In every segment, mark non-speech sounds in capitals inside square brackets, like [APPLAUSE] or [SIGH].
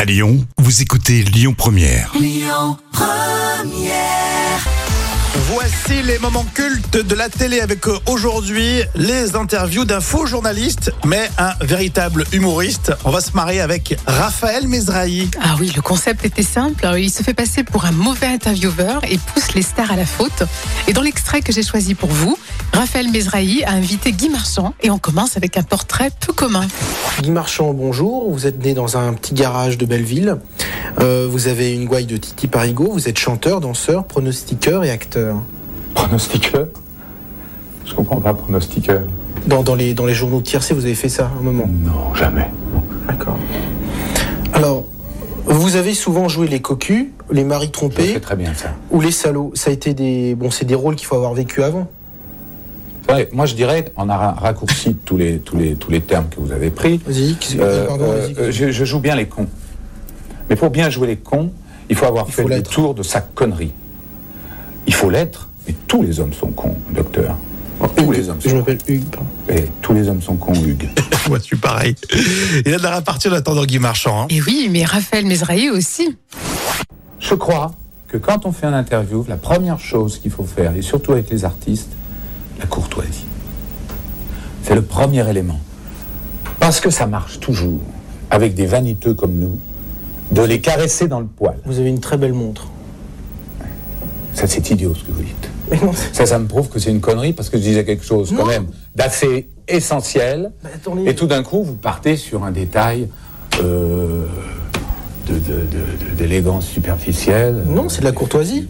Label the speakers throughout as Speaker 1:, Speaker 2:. Speaker 1: À Lyon, vous écoutez Lyon Première.
Speaker 2: Voici les moments cultes de la télé avec euh, aujourd'hui les interviews d'un faux journaliste, mais un véritable humoriste. On va se marier avec Raphaël Mezrahi. [LAUGHS]
Speaker 3: Ah oui, le concept était simple. hein. Il se fait passer pour un mauvais intervieweur et pousse les stars à la faute. Et dans l'extrait que j'ai choisi pour vous, Raphaël Mezrahi a invité Guy Marchand et on commence avec un portrait peu commun.
Speaker 4: Guy Marchand, bonjour. Vous êtes né dans un petit garage de Belleville. Euh, vous avez une gouaille de Titi Parigot. Vous êtes chanteur, danseur, pronostiqueur et acteur.
Speaker 5: Pronostiqueur Je comprends pas, pronostiqueur.
Speaker 4: Dans, dans les, dans les journaux de tiercé, vous avez fait ça un moment.
Speaker 5: Non, jamais.
Speaker 4: D'accord. Alors, vous avez souvent joué les cocus, les maris
Speaker 5: Je
Speaker 4: trompés
Speaker 5: fais très bien ça.
Speaker 4: ou les salauds. Ça a été des. Bon, c'est des rôles qu'il faut avoir vécu avant.
Speaker 5: Ouais, moi, je dirais, on a ra- raccourci tous les, tous, les, tous les termes que vous avez pris.
Speaker 4: Vas-y, qu'est-ce que-
Speaker 5: Euh,
Speaker 4: pardon,
Speaker 5: euh,
Speaker 4: vas-y.
Speaker 5: je, je joue bien les cons. Mais pour bien jouer les cons, il faut avoir
Speaker 4: Il
Speaker 5: fait
Speaker 4: faut
Speaker 5: le
Speaker 4: l'être.
Speaker 5: tour de sa connerie. Il faut l'être, mais tous les hommes sont cons, docteur. Tous les hommes
Speaker 4: Je
Speaker 5: sont
Speaker 4: m'appelle Hugues. pardon.
Speaker 5: cons. Et tous les hommes sont cons, Hugues.
Speaker 2: Moi, je suis pareil. Il y a de la répartie en attendant Guy Marchand. hein.
Speaker 3: Et oui, mais Raphaël Mezrahi aussi.
Speaker 5: Je crois que quand on fait une interview, la première chose qu'il faut faire, et surtout avec les artistes, la courtoisie. C'est le premier élément. Parce que ça marche toujours, avec des vaniteux comme nous, de les caresser dans le poil.
Speaker 4: Vous avez une très belle montre.
Speaker 5: Ça, c'est idiot ce que vous dites.
Speaker 4: Mais non, c'est-
Speaker 5: Ça, ça me prouve que c'est une connerie parce que je disais quelque chose quand
Speaker 4: Non.
Speaker 5: même d'assez essentiel.
Speaker 4: Bah, attendez.
Speaker 5: Et tout d'un coup, vous partez sur un détail euh, de- de- de- de- d'élégance superficielle.
Speaker 4: non, c'est de la courtoisie.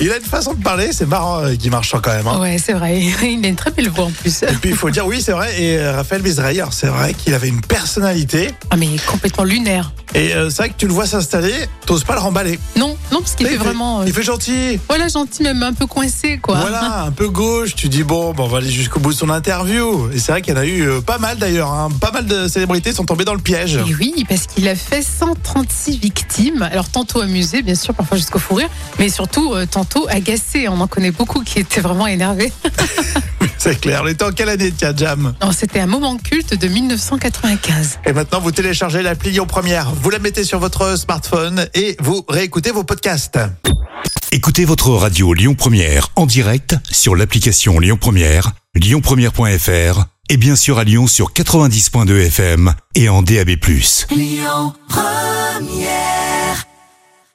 Speaker 2: Il a une façon de parler, c'est marrant euh, Guy Marchand quand même. hein.
Speaker 3: Ouais, c'est vrai. [LAUGHS] Il a une très belle voix en plus.
Speaker 2: Et puis il faut dire oui, c'est vrai. Et euh, Raphaël Mezrahi, alors c'est vrai qu'il avait une personnalité.
Speaker 3: Ah mais complètement lunaire.
Speaker 2: Et euh, c'est vrai que tu le vois s'installer, t'oses pas le remballer.
Speaker 3: Non, non, parce qu'il
Speaker 2: Il
Speaker 3: fait vraiment... euh,
Speaker 2: Il fait gentil.
Speaker 3: Voilà, gentil, même un peu coincé, quoi.
Speaker 2: Voilà, un peu gauche. Tu dis bon, ben, on va aller jusqu'au bout de son interview. Et c'est vrai qu'il y en a eu euh, pas mal d'ailleurs. hein. Pas mal de célébrités sont tombées dans le piège.
Speaker 3: Et oui, parce qu'il a fait 136 victimes. Alors, tantôt amusé, bien sûr, parfois jusqu'au fou rire, mais surtout, euh, tantôt agacé. On en connaît beaucoup qui étaient vraiment énervés. [LAUGHS]
Speaker 2: C'est clair. On était en quelle année, tiens, Jam
Speaker 3: Non, C'était un moment culte de 1995.
Speaker 2: Et maintenant, vous téléchargez l'appli Lyon Première. Vous la mettez sur votre smartphone et vous réécoutez vos podcasts.
Speaker 1: Écoutez votre radio Lyon Première en direct sur l'application Lyon Première, lyonpremière.fr et bien sûr à Lyon sur 90.2 FM et en DAB+.